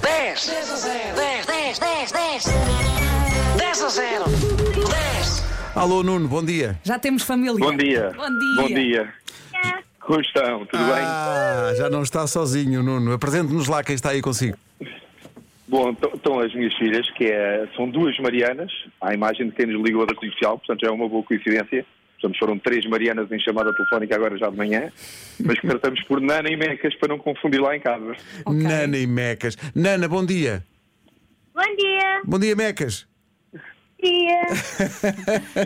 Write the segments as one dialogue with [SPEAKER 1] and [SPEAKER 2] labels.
[SPEAKER 1] 10. 10 a 0. 10, 10, 10, 10. 10 a 0. 10.
[SPEAKER 2] Alô, Nuno, bom dia.
[SPEAKER 3] Já temos família.
[SPEAKER 4] Bom dia.
[SPEAKER 3] Bom dia.
[SPEAKER 4] Bom dia. Como estão? Tudo
[SPEAKER 2] Ah, já não está sozinho, Nuno. Apresente-nos lá quem está aí consigo.
[SPEAKER 4] bem? Bom, então- estão as minhas filhas, que é- são duas Marianas, à imagem de quem nos ligou da comercial, portanto é uma boa coincidência. Portanto, foram três Marianas em chamada telefónica agora já de manhã, mas que tratamos por Nana e Mecas para não confundir lá em casa.
[SPEAKER 3] Ok.
[SPEAKER 2] Nana e Mecas. Nana, bom dia.
[SPEAKER 5] Bom dia.
[SPEAKER 2] Bom dia, Mecas.
[SPEAKER 5] Dia.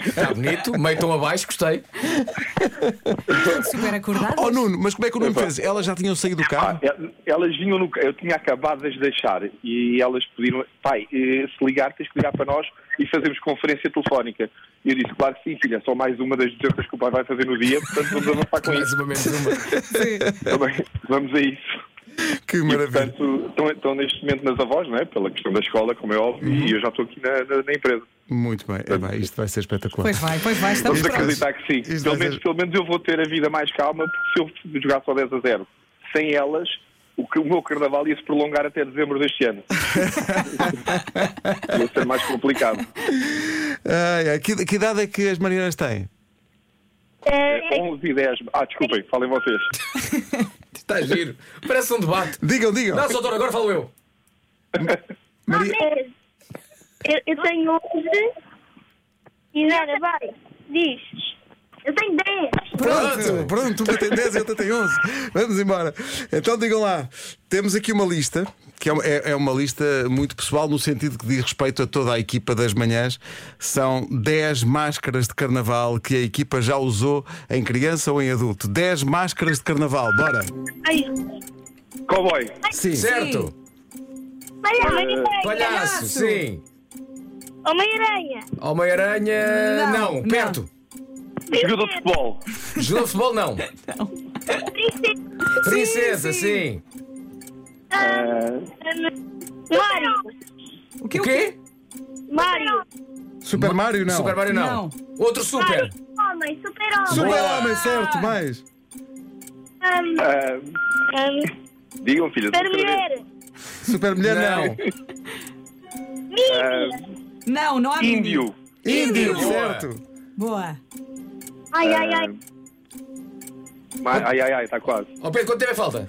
[SPEAKER 6] Está Tá bonito, meio tom abaixo, gostei.
[SPEAKER 3] Super acordado.
[SPEAKER 2] Oh, Nuno, mas como é que o Nuno
[SPEAKER 4] Epá.
[SPEAKER 2] fez? Elas já tinham saído do
[SPEAKER 4] Pá,
[SPEAKER 2] carro?
[SPEAKER 4] el- Ah, é, elas vinham no. ca- Eu tinha acabado de as deixar e elas pediram: pai, eh, se ligar, tens que ligar para nós e fazemos conferência telefónica. E eu disse: claro que sim, filha, só mais uma das 200 que o pai vai fazer no dia, portanto vamos avançar com
[SPEAKER 6] Mais
[SPEAKER 4] isso.
[SPEAKER 6] uma menos uma.
[SPEAKER 4] Tá bem, vamos a isso.
[SPEAKER 2] Que
[SPEAKER 4] Ah, E,
[SPEAKER 2] maravilha.
[SPEAKER 4] portanto, estão, estão neste momento nas avós, não é? Pela questão da escola, como é óbvio, e eu já estou aqui na, na- na empresa.
[SPEAKER 2] Muito bem. É, bem, isto vai ser espetacular.
[SPEAKER 3] Pois vai, pois vai, estamos
[SPEAKER 4] Vamos
[SPEAKER 3] prontos.
[SPEAKER 4] acreditar que sim.
[SPEAKER 2] Isto
[SPEAKER 4] Pelo
[SPEAKER 2] vai
[SPEAKER 4] menos,
[SPEAKER 2] ser-
[SPEAKER 4] pelo menos eu vou ter a vida mais calma, porque se eu jogar só 10 a 0 sem elas, o, que- o meu carnaval ia se prolongar até dezembro deste ano. ia ser mais complicado.
[SPEAKER 2] Ai, ai, que, que idade é que as Marianas têm?
[SPEAKER 5] Eh, eh,
[SPEAKER 4] 11 e 10. Ah, desculpem, falem vocês.
[SPEAKER 6] Está Tá giro. Parece um debate.
[SPEAKER 2] Digam, digam.
[SPEAKER 6] Dá, doutor, agora falo eu.
[SPEAKER 2] Maria...
[SPEAKER 5] eh, eu, eu tenho 11. E
[SPEAKER 4] tá
[SPEAKER 5] nada, vai. Diz. Eu tenho 10.
[SPEAKER 2] Pronto, pronto, tu tem 10 e outra tem 11. Vamos embora. Então digam lá, temos aqui uma lista, que é uma- é é uma lista muito pessoal, no sentido que diz respeito a toda a equipa das manhãs. São 10 máscaras de carnaval que a equipa já usou em criança ou em adulto. 10 máscaras de carnaval, bora!
[SPEAKER 5] Ai,
[SPEAKER 4] Cowboy,
[SPEAKER 2] Sim.
[SPEAKER 6] Certo.
[SPEAKER 5] palhaço.
[SPEAKER 6] Palhaço, sim.
[SPEAKER 5] Homem-Aranha.
[SPEAKER 6] Homem-Aranha.
[SPEAKER 3] Não,
[SPEAKER 6] Não,
[SPEAKER 3] não.
[SPEAKER 6] perto.
[SPEAKER 4] jogador de futebol,
[SPEAKER 6] Jogador de futebol, não.
[SPEAKER 5] Princesa.
[SPEAKER 6] Princesa, sim.
[SPEAKER 4] É.
[SPEAKER 5] Mário.
[SPEAKER 3] O que
[SPEAKER 6] O
[SPEAKER 3] o
[SPEAKER 6] quê?
[SPEAKER 5] Mário.
[SPEAKER 2] Super Mario, não.
[SPEAKER 6] Super Mario, não.
[SPEAKER 3] Não.
[SPEAKER 6] Outro super.
[SPEAKER 5] Homem, Hum, super-homem.
[SPEAKER 2] Super-Homem, certo, mais.
[SPEAKER 5] Ahm,
[SPEAKER 4] Ah,
[SPEAKER 5] ahm,
[SPEAKER 4] digam, filha. outra vez.
[SPEAKER 5] Super-mulher.
[SPEAKER 2] Super Mulher, não.
[SPEAKER 5] Mídia.
[SPEAKER 3] Não, não há
[SPEAKER 4] Índio.
[SPEAKER 2] Índio,
[SPEAKER 3] Índio.
[SPEAKER 2] certo.
[SPEAKER 3] Boa.
[SPEAKER 5] Ai, ai, ai.
[SPEAKER 4] Ma- Ai, ai, ai, está quase.
[SPEAKER 6] Ó Pedro, quanto tempo é falta?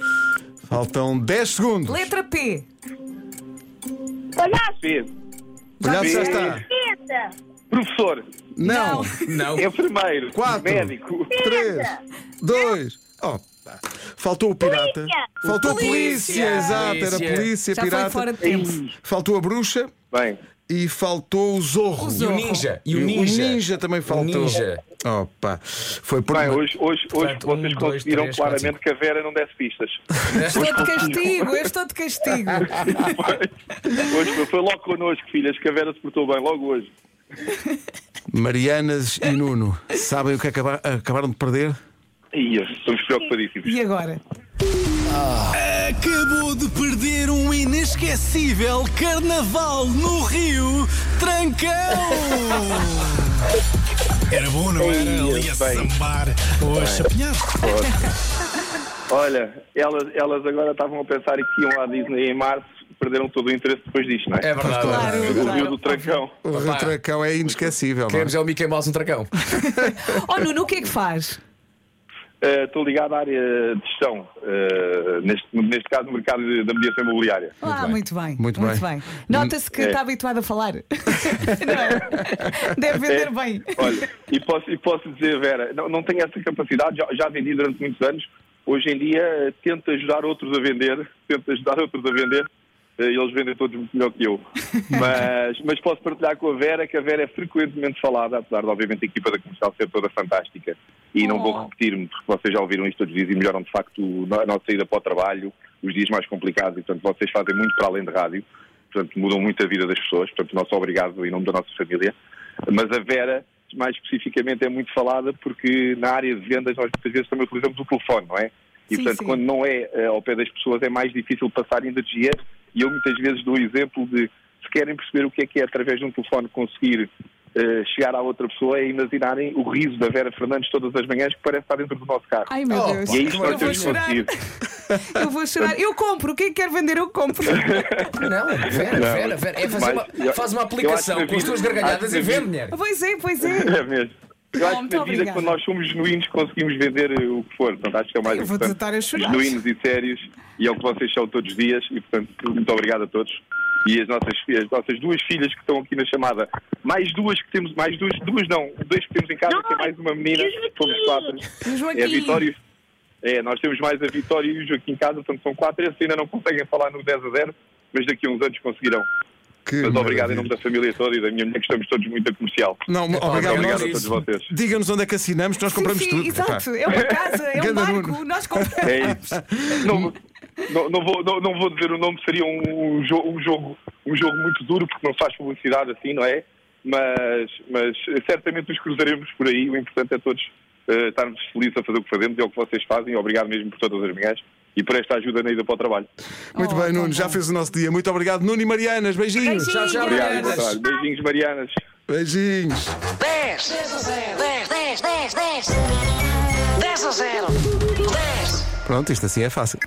[SPEAKER 2] Faltam 10 segundos.
[SPEAKER 3] Letra P.
[SPEAKER 5] Palhaço.
[SPEAKER 4] P.
[SPEAKER 2] Olha, já está.
[SPEAKER 5] Princesa.
[SPEAKER 4] Professor,
[SPEAKER 2] Não. é
[SPEAKER 6] Não.
[SPEAKER 4] enfermeiro,
[SPEAKER 2] Quatro.
[SPEAKER 4] médico.
[SPEAKER 2] 3, 2, oh, pá. faltou o pirata.
[SPEAKER 5] Polícia.
[SPEAKER 2] Faltou a polícia,
[SPEAKER 6] Polícia.
[SPEAKER 2] exato, era
[SPEAKER 6] Polícia.
[SPEAKER 2] polícia,
[SPEAKER 3] Já foi
[SPEAKER 2] pirata.
[SPEAKER 3] fora de tempo.
[SPEAKER 2] Faltou a bruxa
[SPEAKER 4] Bem,
[SPEAKER 2] e faltou o zorro.
[SPEAKER 3] O
[SPEAKER 6] E
[SPEAKER 3] Zorro.
[SPEAKER 6] o ninja. E o ninja.
[SPEAKER 2] também faltou.
[SPEAKER 6] ninja.
[SPEAKER 2] Oh, pá. Foi por
[SPEAKER 4] bem hoje, hoje, hoje
[SPEAKER 6] Portanto,
[SPEAKER 4] vocês
[SPEAKER 6] um, dois,
[SPEAKER 4] conseguiram
[SPEAKER 6] três, quatro,
[SPEAKER 4] claramente que a Vera não desse pistas.
[SPEAKER 3] Estou de castigo, eu estou de castigo.
[SPEAKER 4] hoje foi, foi logo connosco, filhas, que a Vera se portou bem, logo hoje.
[SPEAKER 2] Marianas e Nuno. Sabem o que acaba- acabaram de perder?
[SPEAKER 4] E estamos preocupadíssimos.
[SPEAKER 3] E agora?
[SPEAKER 7] Acabou de perder um inesquecível carnaval no Rio Trancão! Era bom, não era?
[SPEAKER 4] Ei,
[SPEAKER 7] Ali a
[SPEAKER 4] bem.
[SPEAKER 7] sambar ou a chapinhar.
[SPEAKER 4] Olha, elas, elas agora estavam a pensar que iam à Disney em março e perderam todo o interesse depois disto, não é?
[SPEAKER 6] É verdade.
[SPEAKER 3] Claro.
[SPEAKER 4] o Rio do Tracão.
[SPEAKER 2] O retracão é inesquecível. não é?
[SPEAKER 6] Queremos é o Mickey Mouse no tracão.
[SPEAKER 3] Oh, Nuno, o que é que faz?
[SPEAKER 4] Eh, Estou ligado à área de gestão, eh, neste, neste caso no mercado de- da mediação imobiliária.
[SPEAKER 3] ah,
[SPEAKER 6] bem.
[SPEAKER 3] muito bem.
[SPEAKER 2] Muito bem.
[SPEAKER 3] Nota-se que
[SPEAKER 4] É.
[SPEAKER 3] está habituado a falar. Não é? Deve vender
[SPEAKER 4] É,
[SPEAKER 3] bem.
[SPEAKER 4] Olha, e posso, e posso dizer, Vera, não, não tenho essa capacidade, já, já vendi durante muitos anos. Hoje em dia eh, tento ajudar outros a vender, tento ajudar outros a vender. eh, Eles vendem todos muito melhor que eu. Mas, mas posso partilhar com a Vera que a Vera é frequentemente falada, apesar de, obviamente, a equipa da comercial ser toda fantástica. E não vou repetir-me, porque vocês já ouviram isto todos os dias e melhoram, de facto, a nossa ida para o trabalho, os dias mais complicados. E, portanto, vocês fazem muito para além de rádio. Portanto, mudam muito a vida das pessoas. Portanto, nosso obrigado em nome da nossa família. Mas a Vera, mais especificamente, é muito falada porque na área de vendas nós muitas vezes também utilizamos o telefone, não é? E,
[SPEAKER 3] Sim,
[SPEAKER 4] portanto,
[SPEAKER 3] sim.
[SPEAKER 4] quando não é eh, ao pé das pessoas é mais difícil passar energia. E eu muitas vezes dou o exemplo de se querem perceber o que é que é através de um telefone conseguir eh, chegar à outra pessoa é imaginarem o riso da Vera Fernandes todas as manhãs que parece estar dentro do nosso carro.
[SPEAKER 3] Ai, meu
[SPEAKER 6] Oh,
[SPEAKER 3] Deus.
[SPEAKER 4] e é isto que
[SPEAKER 3] eu
[SPEAKER 4] nós
[SPEAKER 3] vou
[SPEAKER 4] temos
[SPEAKER 3] chorar.
[SPEAKER 4] conseguido.
[SPEAKER 3] Eu vou chorar. Eu compro. Quem quer vender, eu compro.
[SPEAKER 6] Não, Vera, Vera, Vera. É fazer
[SPEAKER 4] Mas
[SPEAKER 6] uma,
[SPEAKER 4] eu-
[SPEAKER 6] faz uma
[SPEAKER 4] eu acho que
[SPEAKER 6] aplicação
[SPEAKER 4] na
[SPEAKER 6] com as
[SPEAKER 4] vida-
[SPEAKER 6] tuas
[SPEAKER 4] acho
[SPEAKER 6] gargalhadas
[SPEAKER 4] que
[SPEAKER 6] e
[SPEAKER 4] na
[SPEAKER 6] vende
[SPEAKER 4] vida-
[SPEAKER 6] dinheiro.
[SPEAKER 3] Pois é, pois é.
[SPEAKER 4] É mesmo. Eu acho
[SPEAKER 3] muito
[SPEAKER 4] que na vida,
[SPEAKER 3] obrigada.
[SPEAKER 4] quando nós somos genuínos, conseguimos vender eh, o que for. Portanto, acho que é o mais
[SPEAKER 3] Eu vou
[SPEAKER 4] importante.
[SPEAKER 3] desatar a chorar.
[SPEAKER 4] Genuínos e sérios, e é o que vocês são todos os dias, e portanto, muito obrigado a todos. E as nossas, fi- as nossas duas filhas que estão aqui na chamada, mais duas que temos, mais duas, duas não, dois que temos em casa, que é mais uma menina,
[SPEAKER 5] E o Joaquim?
[SPEAKER 4] somos quatro.
[SPEAKER 3] E o Joaquim?
[SPEAKER 4] É a Vitória. e o- É, nós temos mais a Vitória e o Joaquim em casa, portanto são quatro, esses ainda não conseguem falar no 10 a 0, mas daqui a uns anos conseguirão.
[SPEAKER 2] Que
[SPEAKER 4] Mas obrigado
[SPEAKER 2] maravilha.
[SPEAKER 4] em nome da família toda e da minha mulher, que estamos todos muito a comercial.
[SPEAKER 2] Não,
[SPEAKER 6] Epá,
[SPEAKER 2] obrigado,
[SPEAKER 4] Obrigado
[SPEAKER 2] nós.
[SPEAKER 4] a todos vocês.
[SPEAKER 2] Diga-nos onde é que assinamos, nós compramos
[SPEAKER 3] sim, sim,
[SPEAKER 2] tudo.
[SPEAKER 3] Exato.
[SPEAKER 2] Epá.
[SPEAKER 3] É uma casa, é um
[SPEAKER 2] Ganda
[SPEAKER 3] barco.
[SPEAKER 2] Nuno.
[SPEAKER 3] Nós compramos.
[SPEAKER 4] É isso. Não, não, não vou, não, não vou dizer o nome, seria um, jo- um jogo, um jogo muito duro, porque não faz publicidade assim, não é? Mas, mas certamente nos cruzaremos por aí. O importante é todos eh, estarmos felizes a fazer o que fazemos e é o que vocês fazem. Obrigado mesmo por todas as manhãs e por esta ajuda na ida para o trabalho.
[SPEAKER 2] Muito
[SPEAKER 3] Oh,
[SPEAKER 2] bem,
[SPEAKER 3] tão
[SPEAKER 2] Nuno, já
[SPEAKER 3] bom.
[SPEAKER 2] fez o nosso dia. Muito obrigado, Nuno e Marianas. Beijinhos.
[SPEAKER 3] Beijinhos.
[SPEAKER 4] Obrigado e boa
[SPEAKER 6] Marianas.
[SPEAKER 4] tarde. Beijinhos, Marianas.
[SPEAKER 2] Beijinhos.
[SPEAKER 1] 10 10 10 10 10 10 a 0 10
[SPEAKER 2] Pronto, isto assim é fácil.